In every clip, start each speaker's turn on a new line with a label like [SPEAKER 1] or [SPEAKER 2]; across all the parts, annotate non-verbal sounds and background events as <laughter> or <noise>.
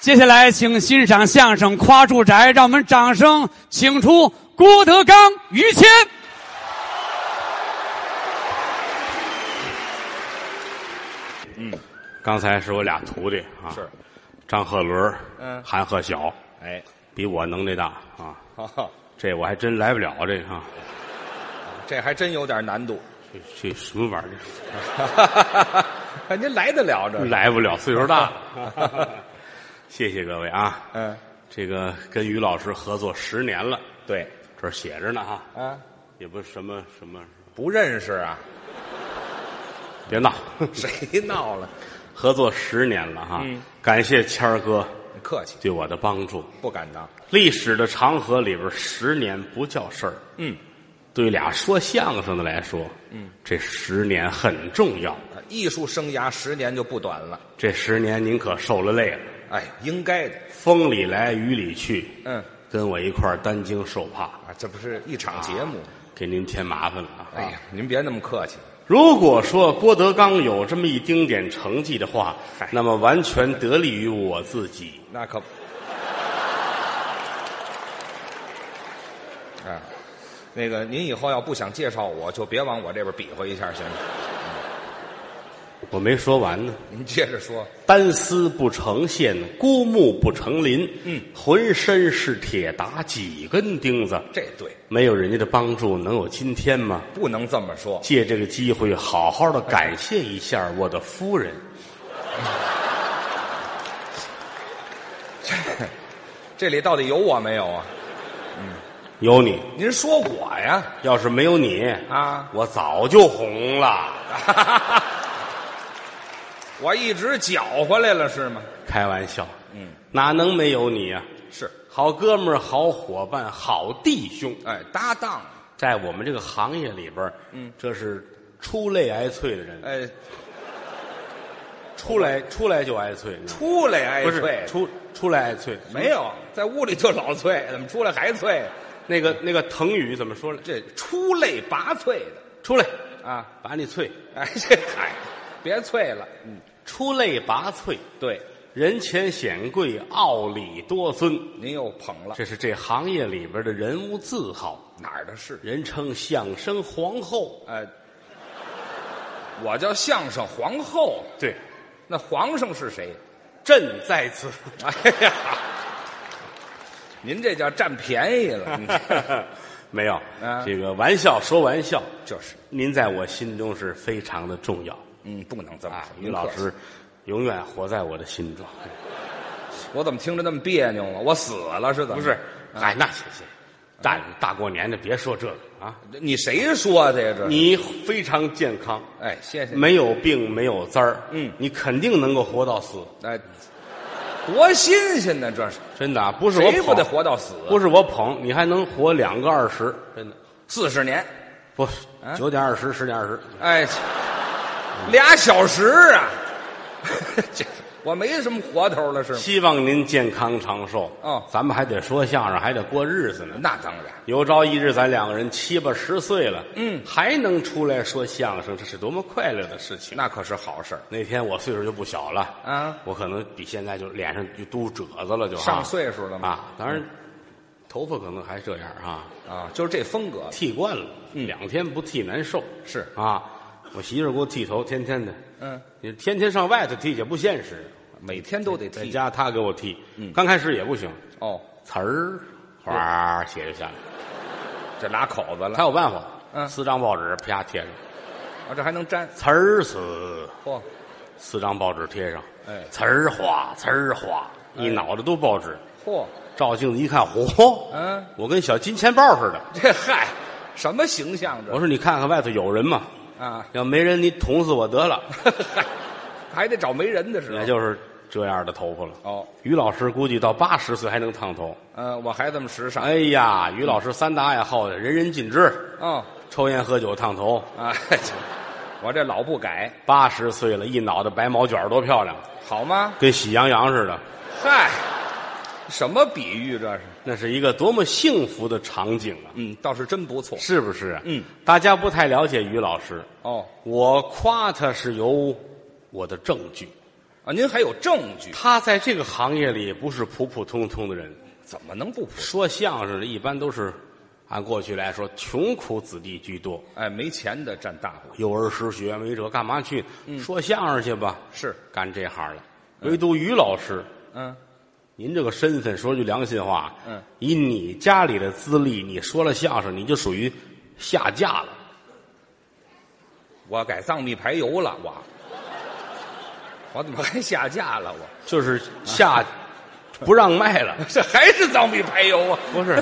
[SPEAKER 1] 接下来，请欣赏相声《夸住宅》，让我们掌声请出郭德纲、于谦。
[SPEAKER 2] 刚才是我俩徒弟啊，
[SPEAKER 3] 是
[SPEAKER 2] 张鹤伦，
[SPEAKER 3] 嗯
[SPEAKER 2] 韩鹤晓，
[SPEAKER 3] 哎， <laughs>
[SPEAKER 2] 比我能耐大啊。
[SPEAKER 3] 哦，
[SPEAKER 2] 这我还真来不了这个啊，
[SPEAKER 3] 这还真有点难度。 <laughs>
[SPEAKER 2] 这这什么玩意儿？
[SPEAKER 3] 您来得了这？
[SPEAKER 2] 来不了，岁数大 <laughs> 了。谢谢各位啊，
[SPEAKER 3] 嗯，
[SPEAKER 2] 这个跟于老师合作十年了，
[SPEAKER 3] 对，
[SPEAKER 2] 这儿写着呢哈，
[SPEAKER 3] 啊，
[SPEAKER 2] 也不什么什么，
[SPEAKER 3] 不认识啊，
[SPEAKER 2] 别
[SPEAKER 3] <laughs>
[SPEAKER 2] 闹，
[SPEAKER 3] 谁闹了？
[SPEAKER 2] 合作十年了哈。
[SPEAKER 3] 嗯
[SPEAKER 2] 感谢谦儿哥
[SPEAKER 3] 客气，
[SPEAKER 2] 对我的帮助。
[SPEAKER 3] 不敢当。
[SPEAKER 2] 历史的长河里边，十年不叫事儿。
[SPEAKER 3] 嗯，
[SPEAKER 2] 对俩说相声的来说，嗯，这十年很重要。
[SPEAKER 3] 啊艺术生涯十年就不短了，
[SPEAKER 2] 这十年您可受了累了，
[SPEAKER 3] 哎，应该的。
[SPEAKER 2] 风里来雨里去，
[SPEAKER 3] 嗯，
[SPEAKER 2] 跟我一块儿担惊受怕，
[SPEAKER 3] 啊，这不是一场节目。
[SPEAKER 2] 给您添麻烦了啊！
[SPEAKER 3] 哎呀，您别那么客气。
[SPEAKER 2] 如果说郭德纲有这么一丁点成绩的话，那么完全得力于我自己。
[SPEAKER 3] 那可，哎，那个，您以后要不想介绍我，就别往我这边比划一下，行吗？
[SPEAKER 2] 我没说完呢，
[SPEAKER 3] 您接着说。
[SPEAKER 2] 单丝不成线，孤木不成林。
[SPEAKER 3] 嗯，
[SPEAKER 2] 浑身是铁，打几根钉子。
[SPEAKER 3] 这对，
[SPEAKER 2] 没有人家的帮助，能有今天吗？
[SPEAKER 3] 不能这么说。
[SPEAKER 2] 借这个机会，好好的感谢一下我的夫人。
[SPEAKER 3] 这里到底有我没有啊？
[SPEAKER 2] 有你，
[SPEAKER 3] 您说我呀？
[SPEAKER 2] 要是没有你
[SPEAKER 3] 啊，
[SPEAKER 2] 我早就红了。
[SPEAKER 3] 我一直搅和来了是吗？
[SPEAKER 2] 开玩笑，嗯，哪能没有你啊？
[SPEAKER 3] 是，
[SPEAKER 2] 好哥们儿、好伙伴、好弟兄，
[SPEAKER 3] 哎，搭档，
[SPEAKER 2] 在我们这个行业里边，嗯，这是出类挨萃的人，
[SPEAKER 3] 哎，
[SPEAKER 2] 出来出来就挨萃，你知道吗
[SPEAKER 3] 出来挨
[SPEAKER 2] 不
[SPEAKER 3] 脆
[SPEAKER 2] 是，出出来挨萃。
[SPEAKER 3] 没有，在屋里就老脆，怎么出来还脆？
[SPEAKER 2] 那个那个腾语怎么说来？
[SPEAKER 3] 这出类拔萃的
[SPEAKER 2] 出来，
[SPEAKER 3] 啊！
[SPEAKER 2] 把你萃，
[SPEAKER 3] 哎， <laughs> 这嗨，别脆了，
[SPEAKER 2] 出类拔萃，
[SPEAKER 3] 对，
[SPEAKER 2] 人前显贵，傲里多尊，
[SPEAKER 3] 您又捧了，
[SPEAKER 2] 这是这行业里边的人物字号，
[SPEAKER 3] 哪儿的事？
[SPEAKER 2] 人称相声皇后。
[SPEAKER 3] 哎，我叫相声皇后，
[SPEAKER 2] 对，
[SPEAKER 3] 那皇上是谁？
[SPEAKER 2] 朕在此。
[SPEAKER 3] 哎呀，您这叫占便宜了，你这
[SPEAKER 2] <laughs> 没有
[SPEAKER 3] 啊，
[SPEAKER 2] 这个玩笑说玩笑，
[SPEAKER 3] 就是，
[SPEAKER 2] 您在我心中是非常的重要
[SPEAKER 3] 嗯，不能这么
[SPEAKER 2] 啊
[SPEAKER 3] 说。，
[SPEAKER 2] 于老
[SPEAKER 3] 您客
[SPEAKER 2] 师永远活在我的心中。
[SPEAKER 3] 气，我怎么听着那么别扭啊？我死了是怎么？
[SPEAKER 2] 不是，哎，那谢谢，大大过年的别说这个啊，
[SPEAKER 3] 你谁说的呀？这
[SPEAKER 2] 你非常健康，
[SPEAKER 3] 哎，谢谢。
[SPEAKER 2] 没有病，没有灾儿，
[SPEAKER 3] 嗯
[SPEAKER 2] 你肯定能够活到死，
[SPEAKER 3] 哎，多新鲜呢！这是
[SPEAKER 2] 真的啊，不是我
[SPEAKER 3] 谁不
[SPEAKER 2] 捧
[SPEAKER 3] 得活到死啊？
[SPEAKER 2] 不是我捧，你还能活两个二十，真的
[SPEAKER 3] 四十年，
[SPEAKER 2] 不是
[SPEAKER 3] 啊
[SPEAKER 2] 九点二十，十点二十，
[SPEAKER 3] 哎，
[SPEAKER 2] 嗯
[SPEAKER 3] 俩小时啊！ <laughs> 这我没什么活头了，是吗？
[SPEAKER 2] 希望您健康长寿。
[SPEAKER 3] 哦
[SPEAKER 2] 咱们还得说相声，还得过日子呢。
[SPEAKER 3] 那当然，
[SPEAKER 2] 有朝一日，咱两个人七八十岁了，
[SPEAKER 3] 嗯
[SPEAKER 2] 还能出来说相声，这是多么快乐的事情！
[SPEAKER 3] 那可是好事儿。
[SPEAKER 2] 那天我岁数就不小了，
[SPEAKER 3] 啊，
[SPEAKER 2] 我可能比现在就脸上就都褶子了，就啊
[SPEAKER 3] 上岁数了嘛嗯
[SPEAKER 2] 啊，当然，头发可能还这样啊，
[SPEAKER 3] 啊，就是这风格
[SPEAKER 2] 剃惯了，
[SPEAKER 3] 嗯
[SPEAKER 2] 两天不剃难受
[SPEAKER 3] 是
[SPEAKER 2] 啊。我媳妇儿给我剃头，天天的，
[SPEAKER 3] 嗯，
[SPEAKER 2] 你天天上外头剃也不现实，
[SPEAKER 3] 每天都得
[SPEAKER 2] 在
[SPEAKER 3] 剃。嗯
[SPEAKER 2] 家她给我剃，刚开始也不行，
[SPEAKER 3] 哦，
[SPEAKER 2] 词儿哗
[SPEAKER 3] 嗯
[SPEAKER 2] 儿写就下来了，
[SPEAKER 3] 这拉口子了
[SPEAKER 2] 他，有办法，
[SPEAKER 3] 嗯
[SPEAKER 2] 四张报纸啪贴上，
[SPEAKER 3] 啊，这还能粘。
[SPEAKER 2] 词儿死，
[SPEAKER 3] 嚯，
[SPEAKER 2] 四张报纸贴上，
[SPEAKER 3] 哎
[SPEAKER 2] 词儿哗，词儿哗，一脑袋都报纸，
[SPEAKER 3] 嚯，
[SPEAKER 2] 照镜子一看，嚯，
[SPEAKER 3] 嗯，
[SPEAKER 2] 我跟小金钱豹似的，
[SPEAKER 3] 这嗨，什么形象这
[SPEAKER 2] 我说你看看外头有人吗？
[SPEAKER 3] 啊？
[SPEAKER 2] 要没人，你捅死我
[SPEAKER 3] <laughs>
[SPEAKER 2] 得了，
[SPEAKER 3] 还得找没人的时
[SPEAKER 2] 也
[SPEAKER 3] 候。
[SPEAKER 2] 就是这样的头发了。
[SPEAKER 3] 哦，
[SPEAKER 2] 于老师估计到八十岁还能烫头。
[SPEAKER 3] 呃，我还这么时尚。
[SPEAKER 2] 哎呀，于老师三大爱好人人尽知：
[SPEAKER 3] 哦，
[SPEAKER 2] 抽烟、喝酒、烫头。
[SPEAKER 3] 啊， <laughs> 我这老不改，
[SPEAKER 2] 八十岁了，一脑袋白毛卷儿多漂亮，
[SPEAKER 3] 好吗？
[SPEAKER 2] 跟喜羊羊似的。
[SPEAKER 3] 嗨，什么比喻这是？
[SPEAKER 2] 那是一个多么幸福的场景啊！
[SPEAKER 3] 嗯，倒是真不错。
[SPEAKER 2] 是不是？
[SPEAKER 3] 嗯，
[SPEAKER 2] 大家不太了解于老师，
[SPEAKER 3] 哦，
[SPEAKER 2] 我夸他是有我的证据。
[SPEAKER 3] 啊，您还有证据？
[SPEAKER 2] 他在这个行业里不是普普通通的人，
[SPEAKER 3] 怎么能不普？
[SPEAKER 2] 说相声的一般都是按过去来说，穷苦子弟居多，
[SPEAKER 3] 哎，没钱的占大户
[SPEAKER 2] 幼儿失学没辙，干嘛去？说相声去吧，
[SPEAKER 3] 是，
[SPEAKER 2] 干这行了。唯独于老师，
[SPEAKER 3] 嗯，
[SPEAKER 2] 您这个身份，说句良心话，
[SPEAKER 3] 嗯，
[SPEAKER 2] 以你家里的资历，你说了相声，你就属于下架了。
[SPEAKER 3] 我改藏秘排油了，我，我怎么还下架了？我 <laughs>
[SPEAKER 2] 就是下、不让卖了，
[SPEAKER 3] 这还是藏秘排油啊？
[SPEAKER 2] 不是，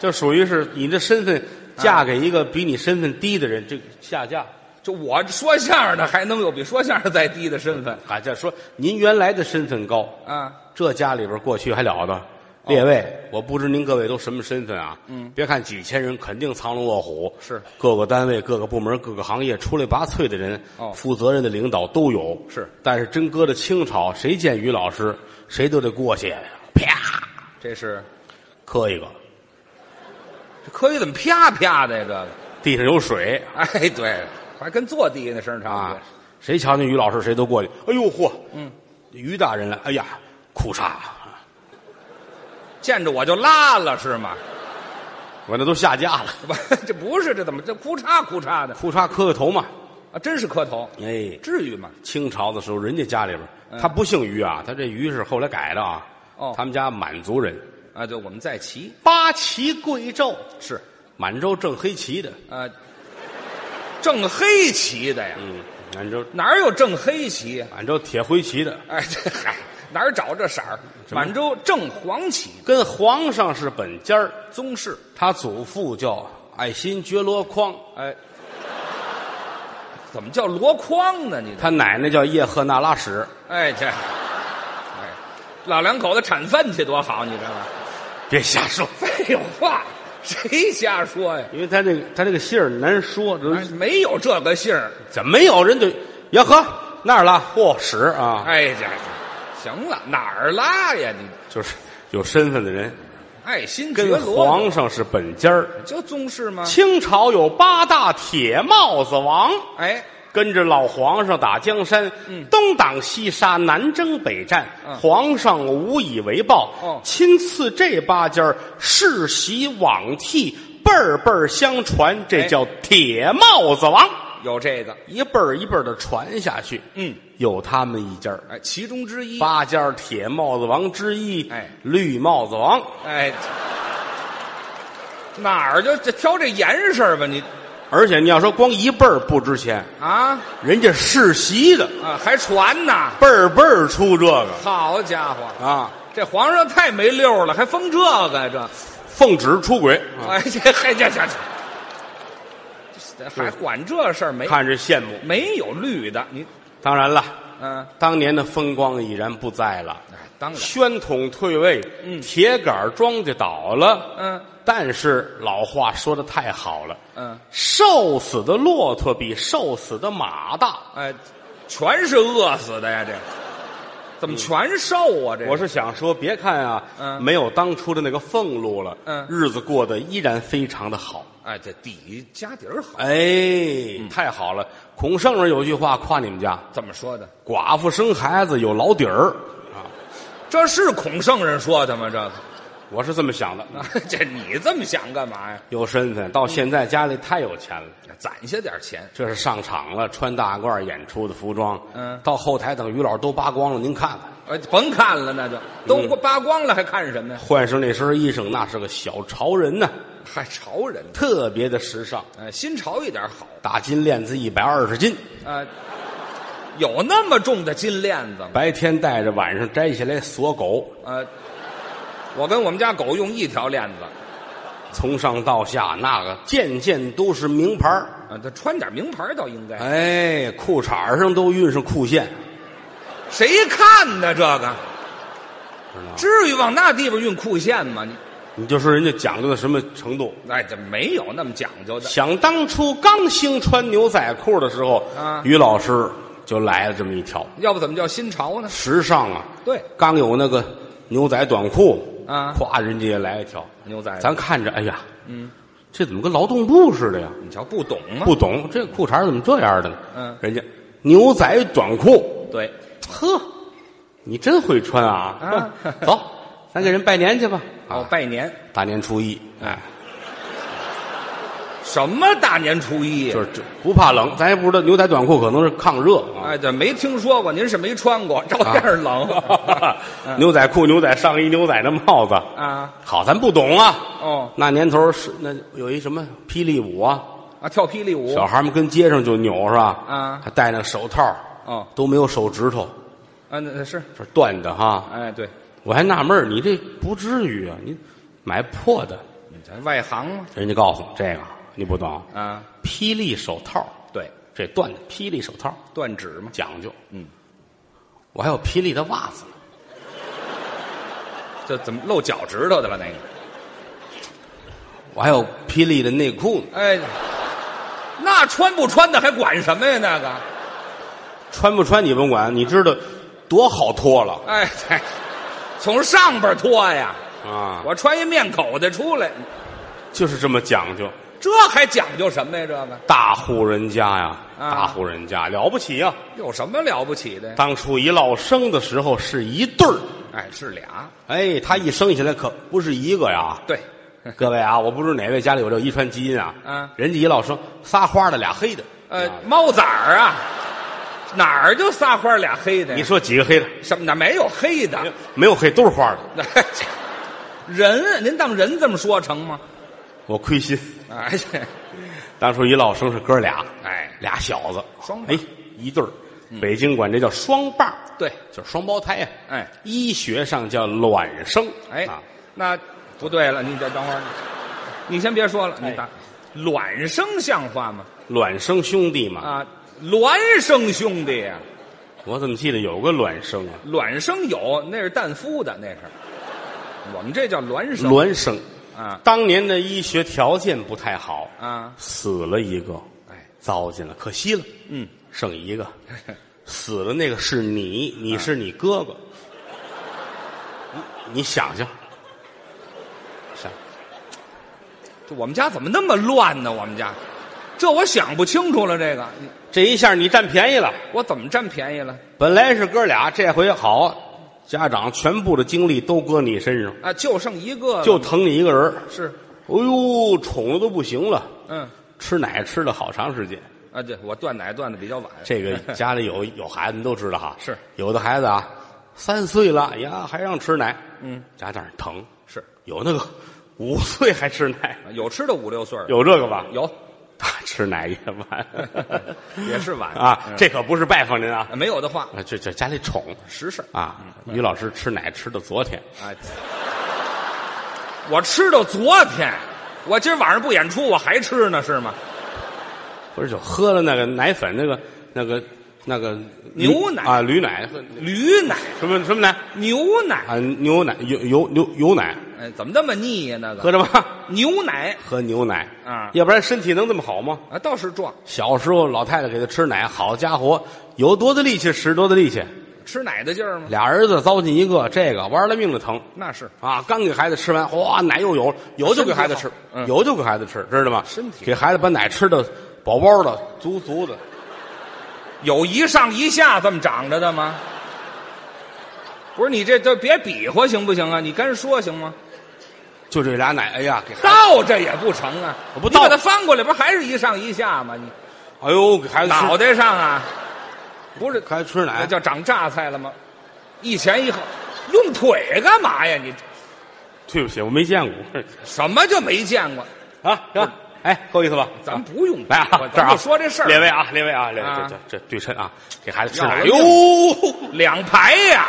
[SPEAKER 2] 就属于是你的身份嫁给一个比你身份低的人，这个下嫁。
[SPEAKER 3] 就我说相声的还能有比说相声再低的身份
[SPEAKER 2] 啊，这说您原来的身份高，
[SPEAKER 3] 啊？
[SPEAKER 2] 这家里边过去还了得。哦列位，我不知您各位都什么身份啊？嗯，别看几千人，肯定藏龙卧虎。
[SPEAKER 3] 是
[SPEAKER 2] 各个单位、各个部门、各个行业出类拔萃的人，
[SPEAKER 3] 哦
[SPEAKER 2] 负责任的领导都有。
[SPEAKER 3] 是，
[SPEAKER 2] 但是真搁到清朝，谁见于老师，谁都得过去，啪
[SPEAKER 3] 这是
[SPEAKER 2] 磕一个，
[SPEAKER 3] 这科学怎么啪啪的呀？这个，
[SPEAKER 2] 地上有水
[SPEAKER 3] <laughs> 哎，对，还跟坐地那声差不
[SPEAKER 2] 啊
[SPEAKER 3] 多。！
[SPEAKER 2] 谁瞧见于老师，谁都过去。哎呦嚯，嗯，于大人来，哎呀，裤衩，
[SPEAKER 3] 见着我就拉了是吗？ <laughs>
[SPEAKER 2] 我那都下架了，
[SPEAKER 3] 不，这不是这怎么这哭嚓哭嚓的
[SPEAKER 2] 裤衩磕个头嘛，
[SPEAKER 3] 啊？真是磕头，
[SPEAKER 2] 哎。
[SPEAKER 3] 至于吗？
[SPEAKER 2] 清朝的时候，人家家里边儿，他不姓于啊，他这于是后来改的啊。
[SPEAKER 3] 嗯哦
[SPEAKER 2] 他们家满族人，
[SPEAKER 3] 啊，对，我们在骑
[SPEAKER 2] 八旗贵胄，
[SPEAKER 3] 是
[SPEAKER 2] 满洲正黑旗的。
[SPEAKER 3] 啊，正黑旗的呀，
[SPEAKER 2] 嗯，满洲
[SPEAKER 3] 哪有正黑旗呀？
[SPEAKER 2] 满洲铁灰旗的，
[SPEAKER 3] 哎，这嗨，哪儿找这色儿？
[SPEAKER 2] 什么
[SPEAKER 3] 满洲正黄旗，
[SPEAKER 2] 跟皇上是本家儿
[SPEAKER 3] 宗室，
[SPEAKER 2] 他祖父叫爱新觉罗匡，
[SPEAKER 3] 哎，怎么叫箩筐呢？你这
[SPEAKER 2] 他奶奶叫叶赫那拉史。
[SPEAKER 3] 哎这，哎，老两口子铲粪去多好，你知道吗？
[SPEAKER 2] 别瞎说，
[SPEAKER 3] 废话，谁瞎说呀？
[SPEAKER 2] 因为他这个他这个姓儿难说，这
[SPEAKER 3] 哎没有这个姓儿。
[SPEAKER 2] 怎么没有人对？呀呵，那儿了，嚯、史啊，
[SPEAKER 3] 哎呀，行了，哪儿拉呀你？
[SPEAKER 2] 就是有身份的人，
[SPEAKER 3] 爱新觉
[SPEAKER 2] 跟
[SPEAKER 3] 罗
[SPEAKER 2] 皇上是本家儿。
[SPEAKER 3] 就宗室吗？
[SPEAKER 2] 清朝有八大铁帽子王，
[SPEAKER 3] 哎，
[SPEAKER 2] 跟着老皇上打江山，
[SPEAKER 3] 嗯
[SPEAKER 2] 东挡西杀，南征北战，
[SPEAKER 3] 嗯
[SPEAKER 2] 皇上无以为报，
[SPEAKER 3] 哦
[SPEAKER 2] 亲赐这八家儿世袭罔替，辈儿辈儿相传，这
[SPEAKER 3] 哎
[SPEAKER 2] 叫铁帽子王，
[SPEAKER 3] 有这个，
[SPEAKER 2] 一辈儿一辈儿的传下去。
[SPEAKER 3] 嗯，
[SPEAKER 2] 有他们一家儿
[SPEAKER 3] 哎，其中之一。
[SPEAKER 2] 八家儿铁帽子王之一，
[SPEAKER 3] 哎
[SPEAKER 2] 绿帽子王，
[SPEAKER 3] 哎，哪儿就这挑这严实儿吧你
[SPEAKER 2] 而且你要说光一辈儿不值钱，
[SPEAKER 3] 啊
[SPEAKER 2] 人家世袭的。
[SPEAKER 3] 啊，还传呢？
[SPEAKER 2] 辈儿辈儿出这个
[SPEAKER 3] 好家伙，
[SPEAKER 2] 啊，
[SPEAKER 3] 这皇上太没溜儿了，还封这个呀这？
[SPEAKER 2] 奉旨出轨。啊
[SPEAKER 3] 哎，这还这这这，这还管这事儿没？
[SPEAKER 2] 看着羡慕。
[SPEAKER 3] 没有绿的，你
[SPEAKER 2] 当然了，
[SPEAKER 3] 嗯、
[SPEAKER 2] 当年的风光已然不在了，
[SPEAKER 3] 哎，当然，
[SPEAKER 2] 宣统退位，
[SPEAKER 3] 嗯
[SPEAKER 2] 铁杆庄稼倒了。
[SPEAKER 3] 嗯
[SPEAKER 2] 但是老话说的太好了，
[SPEAKER 3] 嗯，
[SPEAKER 2] 瘦死的骆驼比瘦死的马大。
[SPEAKER 3] 哎，全是饿死的呀，这怎么全瘦啊？这
[SPEAKER 2] 我是想说，别看啊，
[SPEAKER 3] 嗯
[SPEAKER 2] 没有当初的那个俸禄了，
[SPEAKER 3] 嗯
[SPEAKER 2] 日子过得依然非常的好。
[SPEAKER 3] 哎，这底家底儿好，
[SPEAKER 2] 哎，太好了！孔圣人有句话夸你们家，
[SPEAKER 3] 怎么说的？
[SPEAKER 2] 寡妇生孩子有老底儿啊，
[SPEAKER 3] 这是孔圣人说的吗？这个。 <laughs>
[SPEAKER 2] 我是这么想的。
[SPEAKER 3] 啊，这你这么想干嘛呀？
[SPEAKER 2] 有身份，到现在家里太有钱了。
[SPEAKER 3] 攒下点钱，
[SPEAKER 2] 这是上场了，穿大褂演出的服装。
[SPEAKER 3] 嗯
[SPEAKER 2] 到后台等于老师都扒光了，您看看，
[SPEAKER 3] 呃，甭看了，那就都扒光了，还看什么呀？
[SPEAKER 2] 换上那身衣裳，那是个小潮人呐，
[SPEAKER 3] 还潮人呢，
[SPEAKER 2] 特别的时尚。
[SPEAKER 3] 呃，新潮一点好
[SPEAKER 2] 大金链子一百二十斤，
[SPEAKER 3] 啊、有那么重的金链子吗？
[SPEAKER 2] 白天戴着，晚上摘下来锁狗，
[SPEAKER 3] 呃，我跟我们家狗用一条链子，
[SPEAKER 2] 从上到下那个件件都是名牌儿
[SPEAKER 3] 啊、他穿点名牌倒应该。
[SPEAKER 2] 哎，裤衩上都熨上裤线，
[SPEAKER 3] 谁看呢？这个
[SPEAKER 2] 知道吗？
[SPEAKER 3] 至于往那地方运裤线吗？你
[SPEAKER 2] 你就说人家讲究到什么程度？
[SPEAKER 3] 哎，这没有那么讲究的。
[SPEAKER 2] 想当初刚兴穿牛仔裤的时候，
[SPEAKER 3] 啊
[SPEAKER 2] 于老师就来了这么一条，
[SPEAKER 3] 要不怎么叫新潮呢？
[SPEAKER 2] 时尚啊。
[SPEAKER 3] 对，
[SPEAKER 2] 刚有那个牛仔短裤，
[SPEAKER 3] 啊
[SPEAKER 2] 咵，人家也来一条。
[SPEAKER 3] 牛仔，
[SPEAKER 2] 咱看着，哎呀，嗯，这怎么跟劳动部似的呀？
[SPEAKER 3] 你瞧不懂吗？
[SPEAKER 2] 不懂，这裤衩怎么这样的呢？
[SPEAKER 3] 啊嗯
[SPEAKER 2] 人家牛仔短裤，
[SPEAKER 3] 对，
[SPEAKER 2] 呵，你真会穿啊！
[SPEAKER 3] 啊
[SPEAKER 2] <laughs> 走，咱给人拜年去吧。
[SPEAKER 3] 哦，
[SPEAKER 2] 啊，
[SPEAKER 3] 拜年，
[SPEAKER 2] 大年初一，哎，
[SPEAKER 3] 什么大年初一？
[SPEAKER 2] 就是这不怕冷，咱也不知道牛仔短裤可能是抗热啊。
[SPEAKER 3] 哎，这没听说过，您是没穿过，照 <laughs> 样冷
[SPEAKER 2] <laughs>
[SPEAKER 3] 嗯
[SPEAKER 2] 牛仔裤、牛仔上衣、牛仔的帽子，
[SPEAKER 3] 啊！
[SPEAKER 2] 好，咱不懂啊。
[SPEAKER 3] 哦
[SPEAKER 2] 那年头是那有一什么霹雳舞啊，
[SPEAKER 3] 啊，跳霹雳舞
[SPEAKER 2] 小孩们跟街上就扭是吧？
[SPEAKER 3] 啊
[SPEAKER 2] 还戴那个手套，
[SPEAKER 3] 哦
[SPEAKER 2] 都没有手指头，
[SPEAKER 3] 啊，那那是
[SPEAKER 2] 这断的哈。
[SPEAKER 3] 哎，对，
[SPEAKER 2] 我还纳闷儿你这不至于啊，你买破的。
[SPEAKER 3] 你这外行嘛
[SPEAKER 2] 人家告诉我这个你不懂，
[SPEAKER 3] 啊，
[SPEAKER 2] 霹雳手套，
[SPEAKER 3] 对，
[SPEAKER 2] 这断的霹雳手套
[SPEAKER 3] 断指嘛，
[SPEAKER 2] 讲究。
[SPEAKER 3] 嗯，
[SPEAKER 2] 我还有霹雳的袜子呢，
[SPEAKER 3] 这怎么露脚趾头的了？那个，
[SPEAKER 2] 我还有霹雳的内裤呢，
[SPEAKER 3] 哎，那穿不穿的还管什么呀？那个，
[SPEAKER 2] 穿不穿你甭管，你知道多好脱了
[SPEAKER 3] 哎，对，从上边脱呀，
[SPEAKER 2] 啊！
[SPEAKER 3] 我穿一面口袋出来，
[SPEAKER 2] 就是这么讲究，
[SPEAKER 3] 这还讲究什么呀？这个
[SPEAKER 2] 大户人家呀，
[SPEAKER 3] 啊
[SPEAKER 2] 大户人家了不起呀、
[SPEAKER 3] 有什么了不起的？呀？
[SPEAKER 2] 当初一落生的时候是一对儿，
[SPEAKER 3] 哎，是俩，
[SPEAKER 2] 哎，他一生下来可不是一个呀。
[SPEAKER 3] 对，呃
[SPEAKER 2] 各位啊，我不知道哪位家里有这遗传基因啊，
[SPEAKER 3] 嗯
[SPEAKER 2] 人家一落生仨花的俩黑的，
[SPEAKER 3] 呃
[SPEAKER 2] 啊，
[SPEAKER 3] 猫崽儿啊，哪儿就仨花俩黑的呀？
[SPEAKER 2] 你说几个黑的？
[SPEAKER 3] 什么？哪没有黑的？
[SPEAKER 2] 没有黑，都是花的。
[SPEAKER 3] 那人，您当人这么说成吗？
[SPEAKER 2] 我亏心，
[SPEAKER 3] 哎呀，
[SPEAKER 2] 当初一落生是哥俩，
[SPEAKER 3] 哎，
[SPEAKER 2] 俩小子，
[SPEAKER 3] 双嗯棒
[SPEAKER 2] 哎，一对儿，北京管这叫双棒，
[SPEAKER 3] 对，
[SPEAKER 2] 就是双胞胎呀。
[SPEAKER 3] 哎，
[SPEAKER 2] 医学上叫卵生，
[SPEAKER 3] 哎，
[SPEAKER 2] 啊
[SPEAKER 3] 那不对了，你再等会儿，你先别说了，
[SPEAKER 2] 哎
[SPEAKER 3] 你打、卵生像话吗？
[SPEAKER 2] 卵生兄弟嘛。
[SPEAKER 3] 啊，孪生兄弟呀、
[SPEAKER 2] 我怎么记得有个卵生啊？
[SPEAKER 3] 卵生有，那是蛋孵的，那是，我们这叫孪生
[SPEAKER 2] 卵生，
[SPEAKER 3] 啊
[SPEAKER 2] 当年的医学条件不太好，
[SPEAKER 3] 啊，
[SPEAKER 2] 死了一个，
[SPEAKER 3] 哎，
[SPEAKER 2] 糟践了，可惜了，
[SPEAKER 3] 嗯，
[SPEAKER 2] 剩一
[SPEAKER 3] <laughs>
[SPEAKER 2] 个，死了那个是你，你是你哥哥，
[SPEAKER 3] 啊
[SPEAKER 2] 你你想想，想
[SPEAKER 3] 这我们家怎么那么乱呢？我们家，这我想不清楚了，这个你
[SPEAKER 2] 这一下你占便宜了，
[SPEAKER 3] 我怎么占便宜了？
[SPEAKER 2] 本来是哥俩，这回好啊，家长全部的精力都搁你身上，
[SPEAKER 3] 啊，就剩一个了，
[SPEAKER 2] 就疼你一个人儿，
[SPEAKER 3] 是，
[SPEAKER 2] 哎呦，宠的都不行了，
[SPEAKER 3] 嗯，
[SPEAKER 2] 吃奶吃了好长时间。
[SPEAKER 3] 啊，对，我断奶断的比较晚，
[SPEAKER 2] 这个家里
[SPEAKER 3] <laughs>
[SPEAKER 2] 有有孩子，你都知道哈。
[SPEAKER 3] 是
[SPEAKER 2] 有的孩子啊，三岁了呀，还让吃奶，
[SPEAKER 3] 嗯，
[SPEAKER 2] 家长疼。
[SPEAKER 3] 是
[SPEAKER 2] 有那个五岁还吃奶，
[SPEAKER 3] 啊有吃的五六岁儿的
[SPEAKER 2] 有这个吧？
[SPEAKER 3] 有，，
[SPEAKER 2] 他吃奶也晚
[SPEAKER 3] <laughs> 也是晚
[SPEAKER 2] 啊
[SPEAKER 3] 嗯。
[SPEAKER 2] 这可不是拜访您啊，
[SPEAKER 3] 啊没有的话，
[SPEAKER 2] 啊这这家里宠
[SPEAKER 3] 实事
[SPEAKER 2] 啊。
[SPEAKER 3] 嗯
[SPEAKER 2] 于老师吃奶吃到昨天，
[SPEAKER 3] 啊。我吃到昨天，我今儿晚上不演出，我还吃呢，是吗？
[SPEAKER 2] 不是就喝了那个奶粉那个那个那个
[SPEAKER 3] 牛奶
[SPEAKER 2] 啊，驴奶和
[SPEAKER 3] 驴奶、
[SPEAKER 2] 什么什么奶
[SPEAKER 3] 牛奶，
[SPEAKER 2] 啊，牛奶油油牛油奶，
[SPEAKER 3] 哎，怎么那么腻呀、那
[SPEAKER 2] 喝
[SPEAKER 3] 个
[SPEAKER 2] 什么？
[SPEAKER 3] 牛奶
[SPEAKER 2] 喝牛奶
[SPEAKER 3] 啊
[SPEAKER 2] 要不然身体能这么好吗？
[SPEAKER 3] 啊，倒是壮，
[SPEAKER 2] 小时候老太太给他吃奶，好家伙，有多大力气使多大力气。
[SPEAKER 3] 吃奶的劲儿吗？
[SPEAKER 2] 俩儿子糟践一个，这个玩了命的疼
[SPEAKER 3] 那是
[SPEAKER 2] 啊！刚给孩子吃完，哗，奶又有了，有就给孩子吃
[SPEAKER 3] 身体好，嗯
[SPEAKER 2] 有就给孩子吃，知道吗？
[SPEAKER 3] 身体
[SPEAKER 2] 给孩子把奶吃的饱饱的，足足的。
[SPEAKER 3] 有一上一下这么长着的吗？不是你这这别比划行不行啊？你干说行吗？
[SPEAKER 2] 就这俩奶，哎呀，给孩子，
[SPEAKER 3] 倒着也不成啊！
[SPEAKER 2] 我不
[SPEAKER 3] 你把
[SPEAKER 2] 倒
[SPEAKER 3] 它翻过来，不还是一上一下吗？你
[SPEAKER 2] 哎呦，给孩子吃
[SPEAKER 3] 脑袋上啊，不是
[SPEAKER 2] 给孩子吃
[SPEAKER 3] 那
[SPEAKER 2] 奶，
[SPEAKER 3] 叫长榨菜了吗？一前一后，用腿干嘛呀？你
[SPEAKER 2] 对不起，我没见
[SPEAKER 3] <laughs>
[SPEAKER 2] 过
[SPEAKER 3] 什么就没见过？
[SPEAKER 2] 啊，行吧，哎，够意思吧？
[SPEAKER 3] 嗯咱不用
[SPEAKER 2] 来
[SPEAKER 3] 我
[SPEAKER 2] 啊，这儿
[SPEAKER 3] 咱
[SPEAKER 2] 啊，
[SPEAKER 3] 就说这事
[SPEAKER 2] 列
[SPEAKER 3] 儿，
[SPEAKER 2] 位啊，列位啊，列位
[SPEAKER 3] 啊，
[SPEAKER 2] 这这这对称啊，给孩子吃
[SPEAKER 3] 要
[SPEAKER 2] 奶，
[SPEAKER 3] 了
[SPEAKER 2] 哎呦，
[SPEAKER 3] 两排呀！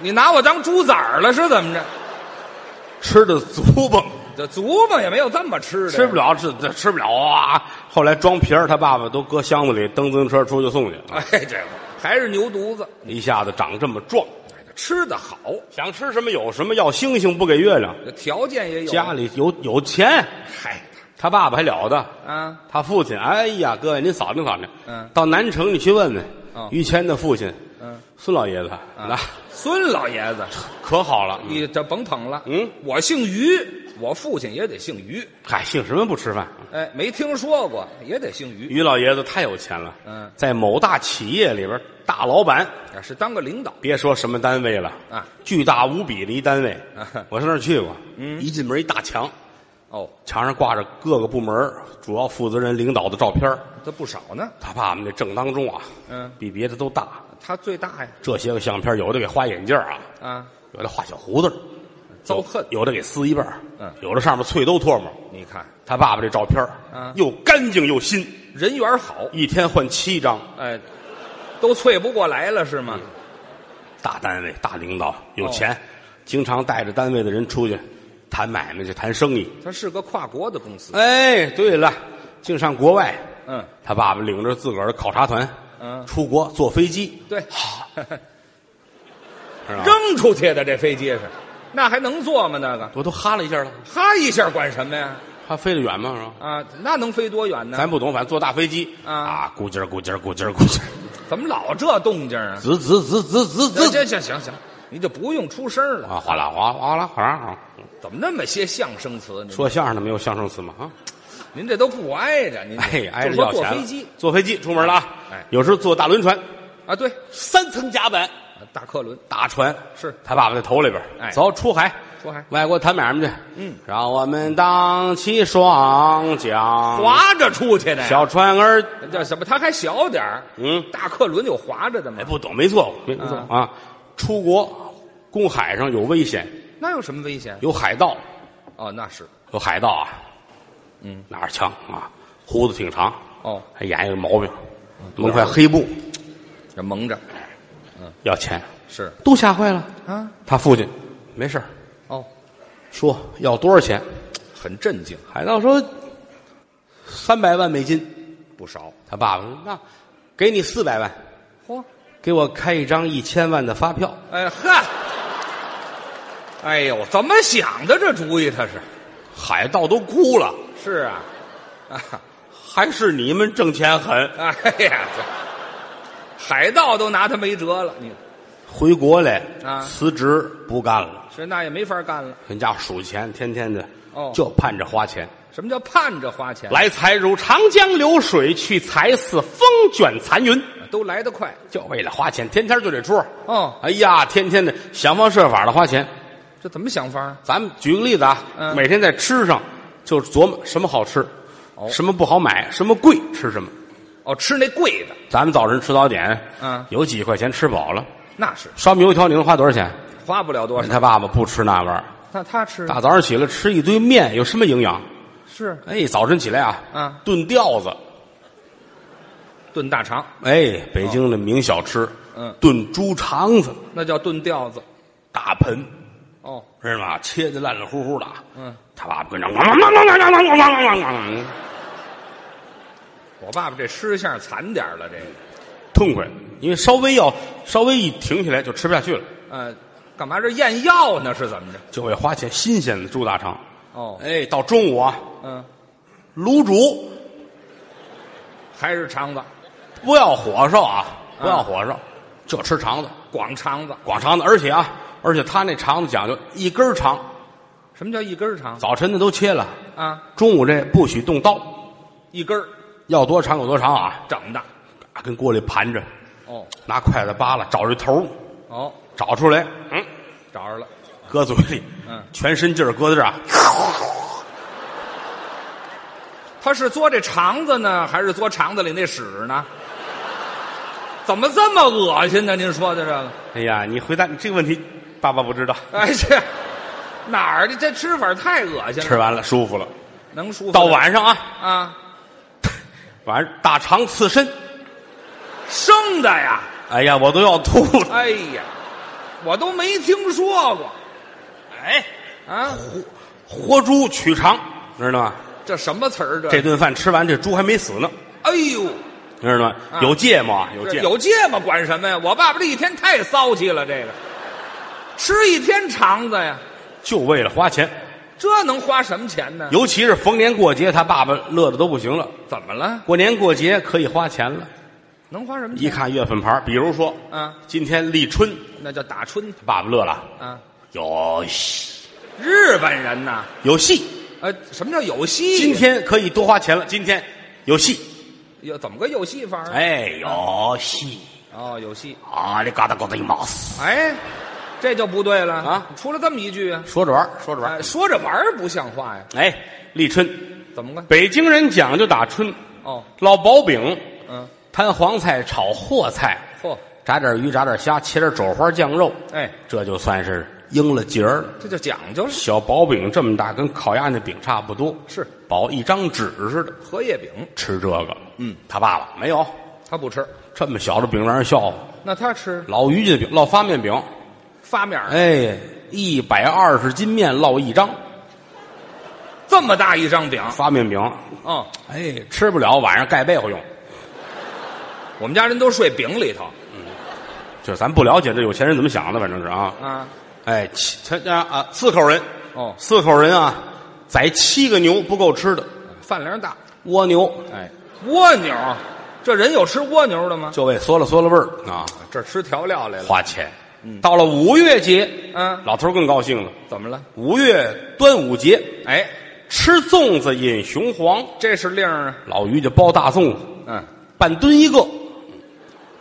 [SPEAKER 3] 你拿我当猪崽儿了是怎么着？
[SPEAKER 2] 吃的足蹦。
[SPEAKER 3] 这琢磨也没有这么吃的，
[SPEAKER 2] 吃不了，吃这吃不了啊！后来装瓶儿，他爸爸都搁箱子里，蹬自行车出去送去，啊
[SPEAKER 3] 哎，这个还是牛犊子，
[SPEAKER 2] 一下子长这么壮。
[SPEAKER 3] 吃的好，
[SPEAKER 2] 想吃什么有什么，要星星不给月亮。
[SPEAKER 3] 这条件也有。
[SPEAKER 2] 家里有有钱，
[SPEAKER 3] 嗨
[SPEAKER 2] 他爸爸还了得，
[SPEAKER 3] 啊，
[SPEAKER 2] 他父亲，哎呀，各位您扫听扫听，
[SPEAKER 3] 嗯
[SPEAKER 2] 到南城你去问问
[SPEAKER 3] 哦，
[SPEAKER 2] 于谦的父亲，
[SPEAKER 3] 嗯，
[SPEAKER 2] 孙老爷子，那
[SPEAKER 3] 孙老爷子，
[SPEAKER 2] 可好了，
[SPEAKER 3] 你这甭捧了，
[SPEAKER 2] 嗯，
[SPEAKER 3] 我姓于，我父亲也得姓于，
[SPEAKER 2] 嗨，姓什么不吃饭？啊
[SPEAKER 3] 哎，没听说过，也得姓于，
[SPEAKER 2] 于老爷子太有钱了，
[SPEAKER 3] 嗯，
[SPEAKER 2] 在某大企业里边大老板，
[SPEAKER 3] 啊，是当个领导
[SPEAKER 2] 别说什么单位了，
[SPEAKER 3] 啊，
[SPEAKER 2] 巨大无比的一单位
[SPEAKER 3] 啊，
[SPEAKER 2] 我上那儿去过，嗯，一进门一大墙，
[SPEAKER 3] 哦，
[SPEAKER 2] 墙上挂着各个部门主要负责人领导的照片儿
[SPEAKER 3] 这不少呢。
[SPEAKER 2] 他怕我们这正当中啊，
[SPEAKER 3] 嗯，
[SPEAKER 2] 比别的都大，
[SPEAKER 3] 他最大呀，
[SPEAKER 2] 这些个相片有的给画眼镜儿啊，
[SPEAKER 3] 啊，
[SPEAKER 2] 有的画小胡子儿，
[SPEAKER 3] 遭恨。
[SPEAKER 2] 有的给撕一半儿
[SPEAKER 3] 嗯
[SPEAKER 2] 有的上面翠都唾沫。
[SPEAKER 3] 你看
[SPEAKER 2] 他爸爸这照片儿
[SPEAKER 3] 嗯
[SPEAKER 2] 又干净又新，
[SPEAKER 3] 人缘好，
[SPEAKER 2] 一天换七张，
[SPEAKER 3] 哎，都萃不过来了是吗？
[SPEAKER 2] 大单位大领导
[SPEAKER 3] 哦
[SPEAKER 2] 有钱，经常带着单位的人出去谈买卖去谈生意。
[SPEAKER 3] 他是个跨国的公司，
[SPEAKER 2] 哎，对了，净上国外，
[SPEAKER 3] 嗯，
[SPEAKER 2] 他爸爸领着自个儿的考察团，
[SPEAKER 3] 嗯
[SPEAKER 2] 出国坐飞机，
[SPEAKER 3] 对， <laughs>
[SPEAKER 2] 是吧？
[SPEAKER 3] 扔出去的这飞机是，那还能坐吗？那个
[SPEAKER 2] 我都哈了一下了，
[SPEAKER 3] 哈一下管什么呀？
[SPEAKER 2] 他飞得远吗？是吧？
[SPEAKER 3] 啊，那能飞多远呢？
[SPEAKER 2] 咱不懂，反正坐大飞机
[SPEAKER 3] 啊
[SPEAKER 2] 啊，咕叽儿咕叽儿咕叽儿咕叽儿，
[SPEAKER 3] 怎么老这动静啊？
[SPEAKER 2] 滋滋滋滋滋
[SPEAKER 3] 这
[SPEAKER 2] 滋
[SPEAKER 3] 这行行行，你就不用出声了。
[SPEAKER 2] 啊，哗啦哗啦哗啦哗啦哗啦。
[SPEAKER 3] 怎么那么些相声词？您
[SPEAKER 2] 说相声的没有相声词吗？啊，
[SPEAKER 3] 您这都不挨着，您
[SPEAKER 2] <laughs> 哎，挨着
[SPEAKER 3] 嗯就
[SPEAKER 2] 要
[SPEAKER 3] 说
[SPEAKER 2] 钱
[SPEAKER 3] 坐
[SPEAKER 2] 了
[SPEAKER 3] 飞机
[SPEAKER 2] 坐飞机出门了啊！
[SPEAKER 3] 哎
[SPEAKER 2] 有时候坐大轮船，
[SPEAKER 3] 啊？对，
[SPEAKER 2] 三层甲板，
[SPEAKER 3] 大客轮
[SPEAKER 2] 大船
[SPEAKER 3] 是
[SPEAKER 2] 他爸爸在头里边，
[SPEAKER 3] 哎
[SPEAKER 2] 走出海，
[SPEAKER 3] 出海
[SPEAKER 2] 外国谈买卖去，
[SPEAKER 3] 嗯，
[SPEAKER 2] 让我们荡起双桨，
[SPEAKER 3] 划着出去的呀，
[SPEAKER 2] 小船儿，
[SPEAKER 3] 那叫什么？他还小点儿，
[SPEAKER 2] 嗯，
[SPEAKER 3] 大客轮有划着的吗
[SPEAKER 2] 哎，？不懂，没错过，没错过啊，出国公海上有危险，
[SPEAKER 3] 那有什么危险？
[SPEAKER 2] 有海盗，
[SPEAKER 3] 哦，那是
[SPEAKER 2] 有海盗啊，
[SPEAKER 3] 嗯，
[SPEAKER 2] 拿着枪啊，胡子挺长，
[SPEAKER 3] 哦，
[SPEAKER 2] 还眼有毛病，蒙块黑布，
[SPEAKER 3] 这蒙着
[SPEAKER 2] 要钱，
[SPEAKER 3] 是
[SPEAKER 2] 都吓坏了。
[SPEAKER 3] 啊，
[SPEAKER 2] 他父亲没事儿
[SPEAKER 3] 哦，
[SPEAKER 2] 说要多少钱？
[SPEAKER 3] 很震惊，
[SPEAKER 2] 海盗说三百万美金。
[SPEAKER 3] 不少。
[SPEAKER 2] 他爸爸说那给你四百万，
[SPEAKER 3] 嚯，
[SPEAKER 2] 给我开一张一千万的发票。
[SPEAKER 3] 哎呵，哎呦，怎么想的这主意？他是
[SPEAKER 2] 海盗都哭了，
[SPEAKER 3] 是啊，啊，
[SPEAKER 2] 还是你们挣钱狠。
[SPEAKER 3] 哎呀，这海盗都拿他没辙了，你
[SPEAKER 2] 回国来
[SPEAKER 3] 啊
[SPEAKER 2] 辞职不干了，
[SPEAKER 3] 是那也没法干了。
[SPEAKER 2] 人家数钱，天天的
[SPEAKER 3] 哦
[SPEAKER 2] 就盼着花钱。
[SPEAKER 3] 什么叫盼着花钱？
[SPEAKER 2] 来财如长江流水，去财似风卷残云，
[SPEAKER 3] 都来得快
[SPEAKER 2] 就为了花钱，天天就这出。
[SPEAKER 3] 哦，
[SPEAKER 2] 哎呀，天天的想方设法的花钱。
[SPEAKER 3] 这怎么想法啊？
[SPEAKER 2] 咱们举个例子啊，
[SPEAKER 3] 嗯
[SPEAKER 2] 每天在吃上就琢磨什么好吃，
[SPEAKER 3] 哦
[SPEAKER 2] 什么不好买，什么贵吃什么。
[SPEAKER 3] 哦，吃那贵的，
[SPEAKER 2] 咱们早晨吃早点，
[SPEAKER 3] 嗯
[SPEAKER 2] 有几块钱吃饱了，
[SPEAKER 3] 那是
[SPEAKER 2] 烧饼油条你能花多少钱？
[SPEAKER 3] 花不了多少。
[SPEAKER 2] 他爸爸不吃那玩意儿，
[SPEAKER 3] 那他吃
[SPEAKER 2] 大早上起来吃一堆面，有什么营养？
[SPEAKER 3] 是
[SPEAKER 2] 哎，早晨起来啊，
[SPEAKER 3] 嗯
[SPEAKER 2] 炖吊子，
[SPEAKER 3] 炖大肠，
[SPEAKER 2] 哎，北京的名小吃，
[SPEAKER 3] 嗯
[SPEAKER 2] 炖猪肠子，
[SPEAKER 3] 那叫炖吊子。
[SPEAKER 2] 大盆，
[SPEAKER 3] 哦，
[SPEAKER 2] 知道吗？切的烂烂乎乎的，
[SPEAKER 3] 嗯，
[SPEAKER 2] 他爸爸跟着，
[SPEAKER 3] <laughs>
[SPEAKER 2] 汪汪汪汪汪汪汪汪汪汪汪汪，
[SPEAKER 3] 我爸爸这吃相惨点儿了，这个。
[SPEAKER 2] 痛快，因为稍微要稍微一停起来就吃不下去了，
[SPEAKER 3] 呃，干嘛这验药呢？是怎么着？
[SPEAKER 2] 就为花钱新鲜的猪大肠。
[SPEAKER 3] 哦，
[SPEAKER 2] 哎，到中午啊，
[SPEAKER 3] 嗯，
[SPEAKER 2] 卤煮
[SPEAKER 3] 还是肠子，
[SPEAKER 2] 不要火烧啊，
[SPEAKER 3] 嗯
[SPEAKER 2] 不要火烧，就吃肠子，
[SPEAKER 3] 广肠子。
[SPEAKER 2] 广肠子，而且啊，而且他那肠子讲究一根儿肠，
[SPEAKER 3] 什么叫一根儿肠？
[SPEAKER 2] 早晨的都切了，
[SPEAKER 3] 啊，
[SPEAKER 2] 中午这不许动刀，
[SPEAKER 3] 一根儿
[SPEAKER 2] 要多长有多长啊，
[SPEAKER 3] 整的。
[SPEAKER 2] 啊跟锅里盘着，
[SPEAKER 3] 哦
[SPEAKER 2] 拿筷子扒拉，找这头儿，
[SPEAKER 3] 哦，
[SPEAKER 2] 找出来，嗯，
[SPEAKER 3] 找着了。
[SPEAKER 2] 搁嘴里，
[SPEAKER 3] 嗯，
[SPEAKER 2] 全身劲儿搁在这儿啊，
[SPEAKER 3] 他是嘬这肠子呢，还是嘬肠子里那屎呢？怎么这么恶心呢？您说的这个，
[SPEAKER 2] 哎呀，你回答你这个问题，爸爸不知道，
[SPEAKER 3] <laughs> 哎这哪儿的这吃法太恶心了，
[SPEAKER 2] 吃完了舒服了。
[SPEAKER 3] 能舒服
[SPEAKER 2] 到
[SPEAKER 3] 点
[SPEAKER 2] 晚上啊，
[SPEAKER 3] 啊，
[SPEAKER 2] 晚上大肠刺身，
[SPEAKER 3] 生的呀！
[SPEAKER 2] 哎呀，我都要吐了。
[SPEAKER 3] 哎呀，我都没听说过
[SPEAKER 2] 哎，
[SPEAKER 3] 啊，
[SPEAKER 2] 活猪取肠，知道吗？
[SPEAKER 3] 这什么词儿？
[SPEAKER 2] 这顿饭吃完，这猪还没死呢，
[SPEAKER 3] 哎呦！
[SPEAKER 2] 知道吗？
[SPEAKER 3] 啊
[SPEAKER 2] 有芥末啊，有
[SPEAKER 3] 这
[SPEAKER 2] 芥末。
[SPEAKER 3] 有芥末管什么呀？我爸爸这一天太骚气了，这个吃一天肠子呀，
[SPEAKER 2] 就为了花钱，
[SPEAKER 3] 这能花什么钱呢？
[SPEAKER 2] 尤其是逢年过节，他爸爸乐的都不行了。
[SPEAKER 3] 怎么了？
[SPEAKER 2] 过年过节可以花钱了，
[SPEAKER 3] 能花什么
[SPEAKER 2] 一
[SPEAKER 3] 钱？
[SPEAKER 2] 看月份牌，比如说，
[SPEAKER 3] 啊，
[SPEAKER 2] 今天立春，
[SPEAKER 3] 那叫打春
[SPEAKER 2] 爸爸乐了，
[SPEAKER 3] 啊！
[SPEAKER 2] 哟西，
[SPEAKER 3] 日本人呐，
[SPEAKER 2] 有戏，
[SPEAKER 3] 呃，什么叫有
[SPEAKER 2] 今
[SPEAKER 3] 戏？
[SPEAKER 2] 天可以多花钱了，今天有戏，
[SPEAKER 3] 有怎么个有戏法啊？
[SPEAKER 2] 哎，有戏
[SPEAKER 3] 哦，有戏。
[SPEAKER 2] 啊！你嘎达嘎达一毛死，
[SPEAKER 3] 哎，这就不对了
[SPEAKER 2] 啊！
[SPEAKER 3] 出了这么一句啊，
[SPEAKER 2] 说着玩儿说着玩
[SPEAKER 3] 哎
[SPEAKER 2] 儿
[SPEAKER 3] 说着玩儿不像话呀？
[SPEAKER 2] 哎，立春，
[SPEAKER 3] 怎么个？
[SPEAKER 2] 北京人讲究打春，
[SPEAKER 3] 哦，
[SPEAKER 2] 烙薄饼，
[SPEAKER 3] 嗯，
[SPEAKER 2] 摊黄菜，炒货菜，
[SPEAKER 3] 嚯，
[SPEAKER 2] 炸点鱼，炸点虾，切点肘花酱肉，
[SPEAKER 3] 哎，
[SPEAKER 2] 这就算是应了节儿了。
[SPEAKER 3] 这就讲究了，
[SPEAKER 2] 小薄饼这么大，跟烤鸭那饼差不多，
[SPEAKER 3] 是
[SPEAKER 2] 薄一张纸似的。
[SPEAKER 3] 荷叶饼
[SPEAKER 2] 吃这个，嗯，他爸爸没有
[SPEAKER 3] 他不吃，
[SPEAKER 2] 这么小的饼让人笑话。
[SPEAKER 3] 那他吃
[SPEAKER 2] 老于家的饼烙发面饼，
[SPEAKER 3] 发面儿，
[SPEAKER 2] 哎，一百二十斤面烙一张
[SPEAKER 3] 这么大一张饼，
[SPEAKER 2] 发面饼，
[SPEAKER 3] 哦，
[SPEAKER 2] 哎，吃不了晚上盖被子用。
[SPEAKER 3] 我们家人都睡饼里头
[SPEAKER 2] 这咱不了解这有钱人怎么想的，反正是啊，
[SPEAKER 3] 啊，
[SPEAKER 2] 哎，七他家啊四口人，
[SPEAKER 3] 哦，
[SPEAKER 2] 四口人啊，宰七个牛不够吃的，
[SPEAKER 3] 饭量大，
[SPEAKER 2] 蜗牛
[SPEAKER 3] 哎，蜗牛，这人有吃蜗牛的吗？
[SPEAKER 2] 就为缩了缩了味儿啊，
[SPEAKER 3] 这吃调料来了，
[SPEAKER 2] 花钱。到了五月节，
[SPEAKER 3] 嗯，
[SPEAKER 2] 老头儿更高兴了。
[SPEAKER 3] 怎么了？
[SPEAKER 2] 五月端午节，
[SPEAKER 3] 哎，
[SPEAKER 2] 吃粽子饮雄黄，
[SPEAKER 3] 这是令儿啊，
[SPEAKER 2] 老于家包大粽子，
[SPEAKER 3] 嗯，
[SPEAKER 2] 半吨一
[SPEAKER 3] 哦
[SPEAKER 2] 个。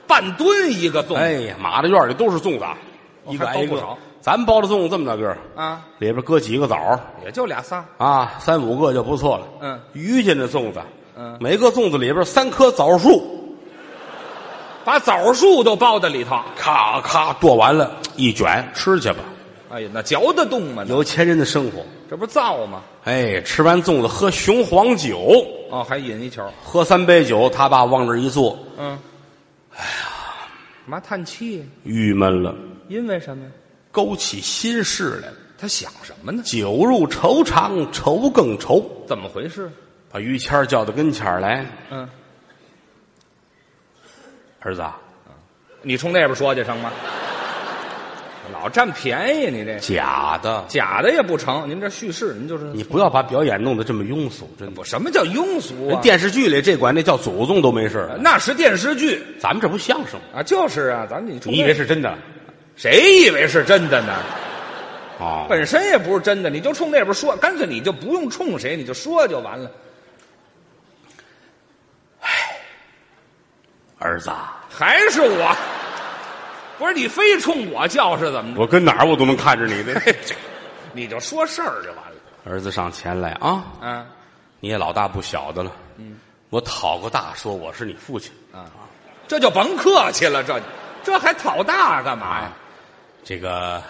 [SPEAKER 3] 半吨一个粽
[SPEAKER 2] 哎
[SPEAKER 3] 子
[SPEAKER 2] 呀，马的院里都是粽子啊，
[SPEAKER 3] 哦
[SPEAKER 2] 一个
[SPEAKER 3] 还
[SPEAKER 2] 挨一
[SPEAKER 3] 包不
[SPEAKER 2] 个
[SPEAKER 3] 少。
[SPEAKER 2] 咱包的粽子这么大个儿，
[SPEAKER 3] 啊，
[SPEAKER 2] 里边搁几个枣儿
[SPEAKER 3] 也就俩仨，
[SPEAKER 2] 啊，三五个就不错了。
[SPEAKER 3] 嗯，
[SPEAKER 2] 于家那粽子，
[SPEAKER 3] 嗯
[SPEAKER 2] 每个粽子里边三棵枣树，
[SPEAKER 3] 把枣树都包在里头。
[SPEAKER 2] 咔咔剁完了，一卷吃去吧。
[SPEAKER 3] 哎呀，那嚼得动吗？
[SPEAKER 2] 有钱人的生活，
[SPEAKER 3] 这不是造吗？
[SPEAKER 2] 哎，吃完粽子喝雄黄酒，
[SPEAKER 3] 哦，还引一球。
[SPEAKER 2] 喝三杯酒，他爸往这儿一坐，
[SPEAKER 3] 嗯，哎呀，嘛叹气呀？
[SPEAKER 2] 郁闷了，
[SPEAKER 3] 因为什么呀？
[SPEAKER 2] 勾起心事来了。
[SPEAKER 3] 他想什么呢？
[SPEAKER 2] 酒入愁肠，愁更愁。
[SPEAKER 3] 怎么回事？
[SPEAKER 2] 把于谦儿叫到跟前儿来，
[SPEAKER 3] 嗯，
[SPEAKER 2] 儿子啊，
[SPEAKER 3] 你冲那边说去成吗？ <laughs> 老占便宜，你这
[SPEAKER 2] 假的，
[SPEAKER 3] 假的也不成。您这叙事，您就是
[SPEAKER 2] 你不要把表演弄得这么庸俗，真的。
[SPEAKER 3] 我嗯什么叫庸俗
[SPEAKER 2] 人
[SPEAKER 3] 啊？
[SPEAKER 2] 电视剧里这管那叫祖宗都没事儿，
[SPEAKER 3] 那是电视剧
[SPEAKER 2] 咱们这不相声吗，
[SPEAKER 3] 啊，就是啊，咱们你冲
[SPEAKER 2] 你以为是真的？
[SPEAKER 3] 谁以为是真的呢？
[SPEAKER 2] 哦，
[SPEAKER 3] 本身也不是真的，你就冲那边说，干脆你就不用冲谁，你就说就完了。
[SPEAKER 2] 儿子啊，
[SPEAKER 3] 还是我，不是你非冲我叫是怎么着？
[SPEAKER 2] 我跟哪儿我都能看着你的。
[SPEAKER 3] 你就说事儿就完了
[SPEAKER 2] <laughs> 儿子上前来啊，
[SPEAKER 3] 啊
[SPEAKER 2] 你也老大不小的了，嗯，我讨个大说我是你父亲，
[SPEAKER 3] 啊！这就甭客气了，这这还讨大干嘛呀？
[SPEAKER 2] 这个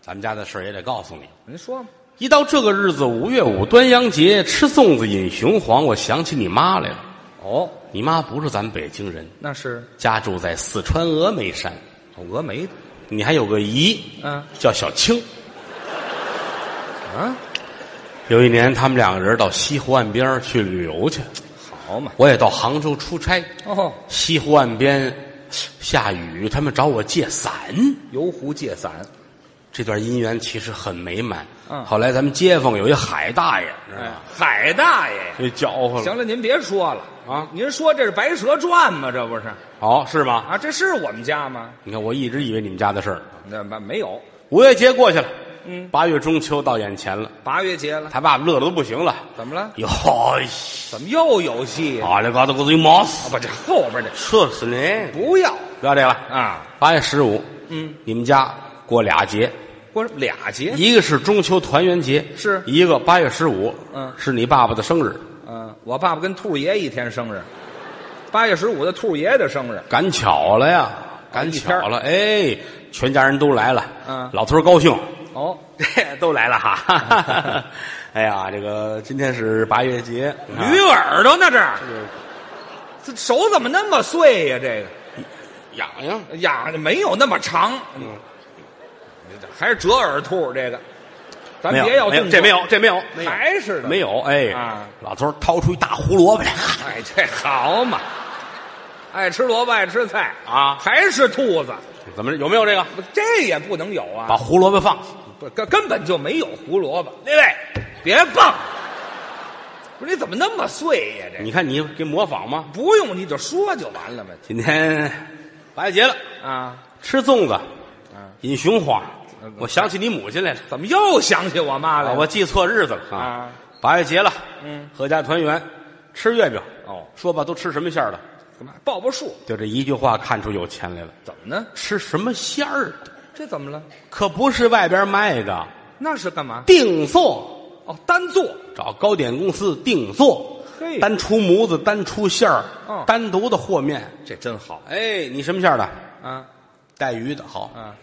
[SPEAKER 2] 咱们家的事儿也得告诉你。
[SPEAKER 3] 您说吧，
[SPEAKER 2] 一到这个日子，五月五端阳节，吃粽子饮雄黄，我想起你妈来了。
[SPEAKER 3] 哦，
[SPEAKER 2] 你妈不是咱北京人，
[SPEAKER 3] 那是
[SPEAKER 2] 家住在四川峨眉山。
[SPEAKER 3] 峨眉的，
[SPEAKER 2] 你还有个姨，
[SPEAKER 3] 嗯
[SPEAKER 2] 叫小青。
[SPEAKER 3] 啊，
[SPEAKER 2] 有一年，他们两个人到西湖岸边儿去旅游去，
[SPEAKER 3] 好嘛，
[SPEAKER 2] 我也到杭州出差。
[SPEAKER 3] 哦，
[SPEAKER 2] 西湖岸边下雨，他们找我借伞。
[SPEAKER 3] 游湖借伞，
[SPEAKER 2] 这段姻缘其实很美满。
[SPEAKER 3] 嗯
[SPEAKER 2] 后来咱们街坊有一海大爷，知道
[SPEAKER 3] 哎
[SPEAKER 2] 吗？，
[SPEAKER 3] 海大爷呀，
[SPEAKER 2] 这搅和了
[SPEAKER 3] 行了，您别说了
[SPEAKER 2] 啊
[SPEAKER 3] 您说这是《白蛇传》吗？这不是
[SPEAKER 2] 哦，是吗？
[SPEAKER 3] 啊？这是我们家吗？
[SPEAKER 2] 你看，我一直以为你们家的事儿。
[SPEAKER 3] 那没没有，
[SPEAKER 2] 五月节过去了，
[SPEAKER 3] 嗯
[SPEAKER 2] 八月中秋到眼前了，
[SPEAKER 3] 八月节了，
[SPEAKER 2] 他爸爸乐的都不行了。
[SPEAKER 3] 怎么了？
[SPEAKER 2] 哟，
[SPEAKER 3] 怎么又有戏呀？哦
[SPEAKER 2] 啊，这嘎达咕子一毛死，
[SPEAKER 3] 不，这后边这
[SPEAKER 2] 射死你！
[SPEAKER 3] 不要
[SPEAKER 2] 不要这个了。
[SPEAKER 3] 啊，
[SPEAKER 2] 八月十五，
[SPEAKER 3] 嗯，
[SPEAKER 2] 你们家过俩节，
[SPEAKER 3] 过俩节，
[SPEAKER 2] 一个是中秋团圆节，
[SPEAKER 3] 是
[SPEAKER 2] 一个八月十五，
[SPEAKER 3] 嗯
[SPEAKER 2] 是你爸爸的生日，
[SPEAKER 3] 嗯、我爸爸跟兔爷一天生日，八月十五的兔爷的生日，
[SPEAKER 2] 赶巧了呀，赶巧了，哎，全家人都来了，
[SPEAKER 3] 嗯
[SPEAKER 2] 老头儿高 <laughs> 兴，
[SPEAKER 3] 哦，
[SPEAKER 2] 都来了哈， <laughs> 哎呀，这个今天是八月节，啊
[SPEAKER 3] 驴耳朵呢这儿，
[SPEAKER 2] 嗯
[SPEAKER 3] 这手怎么那么碎呀、这个哎
[SPEAKER 2] 痒痒，
[SPEAKER 3] 呀，没有那么长，
[SPEAKER 2] 嗯
[SPEAKER 3] 还是折耳兔这个，咱
[SPEAKER 2] 没有，
[SPEAKER 3] 别要
[SPEAKER 2] 没有
[SPEAKER 3] 动作
[SPEAKER 2] 这没，有，这没有，没有
[SPEAKER 3] 还是的
[SPEAKER 2] 没有，哎，
[SPEAKER 3] 啊
[SPEAKER 2] 老头儿掏出一大胡萝卜来，
[SPEAKER 3] 哎，这好嘛，爱吃萝卜爱吃菜
[SPEAKER 2] 啊
[SPEAKER 3] 还是兔子，
[SPEAKER 2] <laughs> 怎么着有没有这个？
[SPEAKER 3] 不这也不能有啊，
[SPEAKER 2] 把胡萝卜放下，
[SPEAKER 3] 不根根本就没有胡萝卜。那位，别蹦！不是你怎么那么碎呀、这
[SPEAKER 2] 你看你给模仿吗？
[SPEAKER 3] 不用你就说就完了呗。
[SPEAKER 2] 今天八月节了，
[SPEAKER 3] 啊
[SPEAKER 2] 吃粽子，
[SPEAKER 3] 啊，
[SPEAKER 2] 尹雄花，我想起你母亲来了，
[SPEAKER 3] 怎么又想起我妈来
[SPEAKER 2] 啊
[SPEAKER 3] 了？
[SPEAKER 2] 我记错日子了啊
[SPEAKER 3] 哎啊！
[SPEAKER 2] 八月节了，
[SPEAKER 3] 嗯，
[SPEAKER 2] 阖家团圆，吃月饼。
[SPEAKER 3] 哦，
[SPEAKER 2] 说吧，都吃什么馅儿的？
[SPEAKER 3] 干嘛报报数？
[SPEAKER 2] 就这一句话看出有钱来了。
[SPEAKER 3] 怎么呢？
[SPEAKER 2] 吃什么馅儿的？
[SPEAKER 3] 这怎么了？
[SPEAKER 2] 可不是外边卖的，
[SPEAKER 3] 那是干嘛？
[SPEAKER 2] 定做，
[SPEAKER 3] 哦，单做
[SPEAKER 2] 找糕点公司定做，
[SPEAKER 3] 嘿
[SPEAKER 2] 单出模子，单出馅儿，
[SPEAKER 3] 哎嗯
[SPEAKER 2] 单独的和面。
[SPEAKER 3] 这真好
[SPEAKER 2] 哎，你什么馅儿的？
[SPEAKER 3] 啊
[SPEAKER 2] 带鱼的好。
[SPEAKER 3] 啊！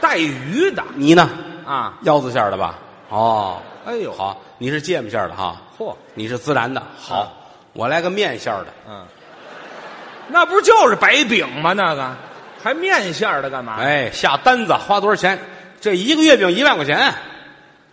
[SPEAKER 3] 带鱼的
[SPEAKER 2] 你呢？
[SPEAKER 3] 啊，
[SPEAKER 2] 腰子馅儿的吧？哦，
[SPEAKER 3] 哎呦，
[SPEAKER 2] 好，你是芥末馅儿的哈，
[SPEAKER 3] 嚯，
[SPEAKER 2] 你是孜然的，好
[SPEAKER 3] 啊，
[SPEAKER 2] 我来个面馅儿的。
[SPEAKER 3] 嗯，那不是就是白饼吗？那个还面馅儿的干嘛？
[SPEAKER 2] 哎，下单子花多少钱？这一个月饼一万块钱，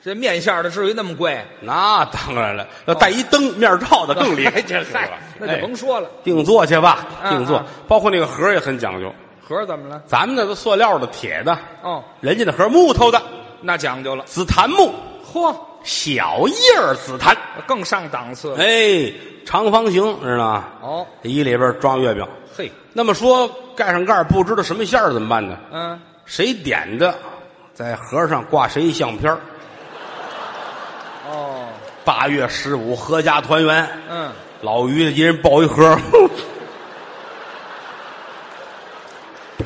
[SPEAKER 3] 这面馅儿的至于那么
[SPEAKER 2] <laughs>
[SPEAKER 3] 贵？
[SPEAKER 2] 那当然了，要带一灯面罩的
[SPEAKER 3] <laughs>
[SPEAKER 2] 更厉害，这是吧
[SPEAKER 3] 嗨，那就甭
[SPEAKER 2] 哎
[SPEAKER 3] 说了。
[SPEAKER 2] 定做去吧，
[SPEAKER 3] 嗯
[SPEAKER 2] 定做
[SPEAKER 3] 嗯，
[SPEAKER 2] 包括那个盒儿也很讲究，
[SPEAKER 3] 盒儿怎么了？
[SPEAKER 2] 咱们那都塑料的、铁的，
[SPEAKER 3] 哦，
[SPEAKER 2] 人家那盒儿木头的，
[SPEAKER 3] 那讲究了。
[SPEAKER 2] 紫檀木，
[SPEAKER 3] 嚯，
[SPEAKER 2] 小叶儿紫檀，
[SPEAKER 3] 更上档次了。
[SPEAKER 2] 哎，长方形，知道吗？
[SPEAKER 3] 哦，
[SPEAKER 2] 一里边装月饼。
[SPEAKER 3] 嘿，
[SPEAKER 2] 那么说，盖上盖儿不知道什么馅儿怎么办呢？
[SPEAKER 3] 嗯，
[SPEAKER 2] 谁点的，在盒上挂谁相片儿
[SPEAKER 3] 哦，
[SPEAKER 2] 八月十五，阖家团圆，
[SPEAKER 3] 嗯，
[SPEAKER 2] 老于一人抱一盒， <laughs>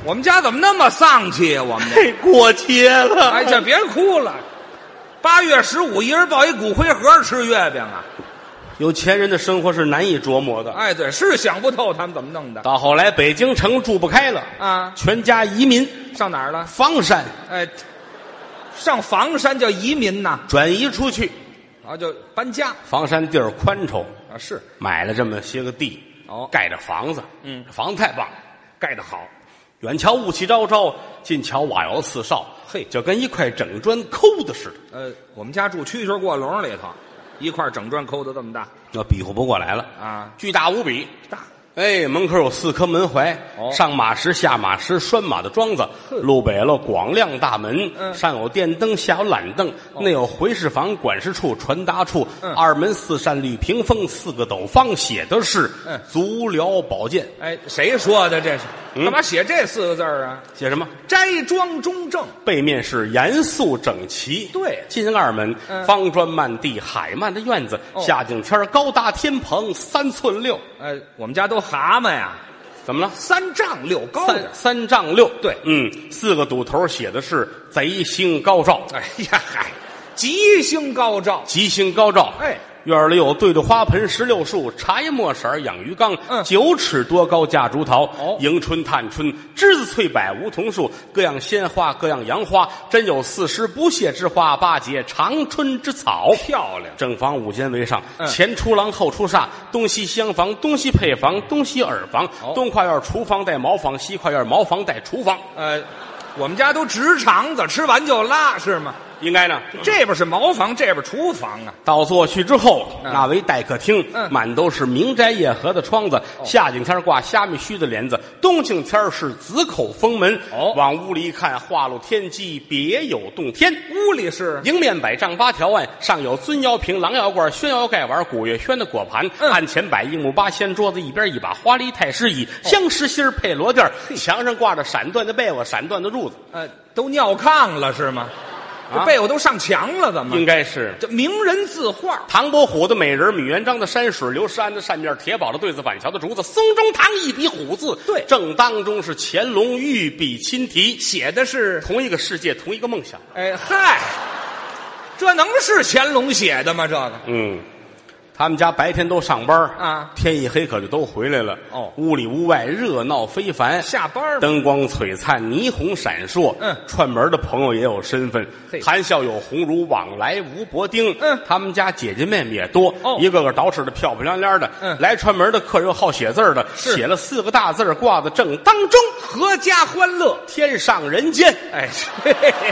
[SPEAKER 3] 我们家怎么那么丧气呀、我们家，
[SPEAKER 2] 嘿，过节了。
[SPEAKER 3] <laughs> 哎，这别哭了。八月十五，一人抱一骨灰盒吃月饼啊！
[SPEAKER 2] 有钱人的生活是难以琢磨的。
[SPEAKER 3] 哎，对，是想不透他们怎么弄的
[SPEAKER 2] 到后来，北京城住不开了，
[SPEAKER 3] 啊？
[SPEAKER 2] 全家移民
[SPEAKER 3] 上哪儿了？
[SPEAKER 2] 房山，
[SPEAKER 3] 哎，上房山叫移民呐，
[SPEAKER 2] 转移出去。
[SPEAKER 3] 啊，就搬家
[SPEAKER 2] 房山地儿宽敞，
[SPEAKER 3] 啊，是
[SPEAKER 2] 买了这么些个地，
[SPEAKER 3] 哦
[SPEAKER 2] 盖着房子，
[SPEAKER 3] 嗯
[SPEAKER 2] 房子太棒了。
[SPEAKER 3] 盖得好，
[SPEAKER 2] 远瞧雾气昭昭，近瞧瓦窑四少，
[SPEAKER 3] 嘿
[SPEAKER 2] 就跟一块整砖抠的似的，
[SPEAKER 3] 呃，我们家住蛐蛐过笼里头，一块整砖抠的这么大
[SPEAKER 2] 要比划不过来了
[SPEAKER 3] 啊，
[SPEAKER 2] 巨大无比。
[SPEAKER 3] 大，
[SPEAKER 2] 哎，门口有四颗门槐，
[SPEAKER 3] 哦
[SPEAKER 2] 上马石、下马石、拴马的桩子，
[SPEAKER 3] 呵
[SPEAKER 2] 路北了广亮大门，
[SPEAKER 3] 嗯哦
[SPEAKER 2] 上有电灯，下有懒凳，内有回事房、管事处、传达处，
[SPEAKER 3] 嗯
[SPEAKER 2] 二门四扇绿屏风，四个斗方，写的是
[SPEAKER 3] 嗯
[SPEAKER 2] 足疗保健，
[SPEAKER 3] 哎，谁说的这是？
[SPEAKER 2] 嗯
[SPEAKER 3] 干嘛写这四个字儿啊？
[SPEAKER 2] 写什么？
[SPEAKER 3] 斋庄中正，
[SPEAKER 2] 背面是严肃整齐，
[SPEAKER 3] 对
[SPEAKER 2] 进二门、
[SPEAKER 3] 嗯
[SPEAKER 2] 方砖漫地，海漫的院子，
[SPEAKER 3] 哦
[SPEAKER 2] 夏景天儿高搭天棚三寸六，
[SPEAKER 3] 呃，我们家都蛤蟆呀，
[SPEAKER 2] 怎么了？
[SPEAKER 3] 三丈六高
[SPEAKER 2] 三
[SPEAKER 3] 点儿。
[SPEAKER 2] 三丈六，
[SPEAKER 3] 对
[SPEAKER 2] 嗯，四个堵头写的是贼星高照，
[SPEAKER 3] 哎呀嗨，吉星高照，
[SPEAKER 2] 吉星高照。
[SPEAKER 3] 哎，
[SPEAKER 2] 院儿里有对着花盆石榴树，茶叶墨色儿养鱼缸，
[SPEAKER 3] 嗯
[SPEAKER 2] 九尺多高架竹桃，
[SPEAKER 3] 哦
[SPEAKER 2] 迎春探春，栀子翠柏梧桐树，各样鲜花，各样洋花，真有四时不谢之花，八节长春之草。
[SPEAKER 3] 漂亮。
[SPEAKER 2] 正房五间为上，
[SPEAKER 3] 嗯
[SPEAKER 2] 前出廊后出煞，东西厢房，东西配房，东西耳房，
[SPEAKER 3] 哦
[SPEAKER 2] 东跨院厨房带茅房，西跨院茅房带厨房，
[SPEAKER 3] 呃，我们家都直肠子，吃完就拉，是吗？
[SPEAKER 2] 应该呢。
[SPEAKER 3] 这边是茅房，这边厨房啊。
[SPEAKER 2] 到座去之后，
[SPEAKER 3] 嗯
[SPEAKER 2] 那为待客厅，
[SPEAKER 3] 嗯哦
[SPEAKER 2] 满都是明斋夜荷的窗子。夏景天挂虾米须的帘子，冬景天是紫口封门。
[SPEAKER 3] 哦
[SPEAKER 2] 往屋里一看，画露天机，别有洞天。
[SPEAKER 3] 屋里是
[SPEAKER 2] 迎面百丈八条案，上有尊窑瓶、狼窑罐、宣窑盖碗、古月轩的果盘。
[SPEAKER 3] 嗯哦
[SPEAKER 2] 案前摆一木八仙桌子，一边一把花梨太师椅，镶石心儿配罗垫儿，墙上挂着闪缎的被窝、闪缎的褥子，
[SPEAKER 3] 呃，都尿炕了是吗？这
[SPEAKER 2] 啊嗯
[SPEAKER 3] 被窝都上墙了，怎么
[SPEAKER 2] 应？该是。
[SPEAKER 3] 这名人字画
[SPEAKER 2] 唐伯虎的美人，米元璋的山水，刘诗安的扇面，铁宝的对子，板桥的竹子，松中堂一笔虎字，
[SPEAKER 3] 对
[SPEAKER 2] 正当中是乾隆御笔亲题，
[SPEAKER 3] 写的是，
[SPEAKER 2] 同一个世界，同一个梦想。
[SPEAKER 3] 哎嗨，这能是乾隆写的吗？这个
[SPEAKER 2] 嗯，他们家白天都上班
[SPEAKER 3] 啊
[SPEAKER 2] 天一黑可就都回来了。
[SPEAKER 3] 哦
[SPEAKER 2] 屋里屋外热闹非凡，
[SPEAKER 3] 下班儿嘛
[SPEAKER 2] 灯光璀璨，霓虹闪烁。
[SPEAKER 3] 嗯
[SPEAKER 2] 串门的朋友也有身份
[SPEAKER 3] 嘿，
[SPEAKER 2] 谈笑有鸿儒，往来无薄丁。
[SPEAKER 3] 嗯
[SPEAKER 2] 他们家姐姐妹妹也多，
[SPEAKER 3] 哦
[SPEAKER 2] 一个个捯饬的漂漂亮亮的。
[SPEAKER 3] 嗯
[SPEAKER 2] 来串门的客人有好写字儿的，
[SPEAKER 3] 是
[SPEAKER 2] 写了四个大字儿挂在正当中，
[SPEAKER 3] 阖家欢乐，
[SPEAKER 2] 天上人间。
[SPEAKER 3] 哎，嘿嘿嘿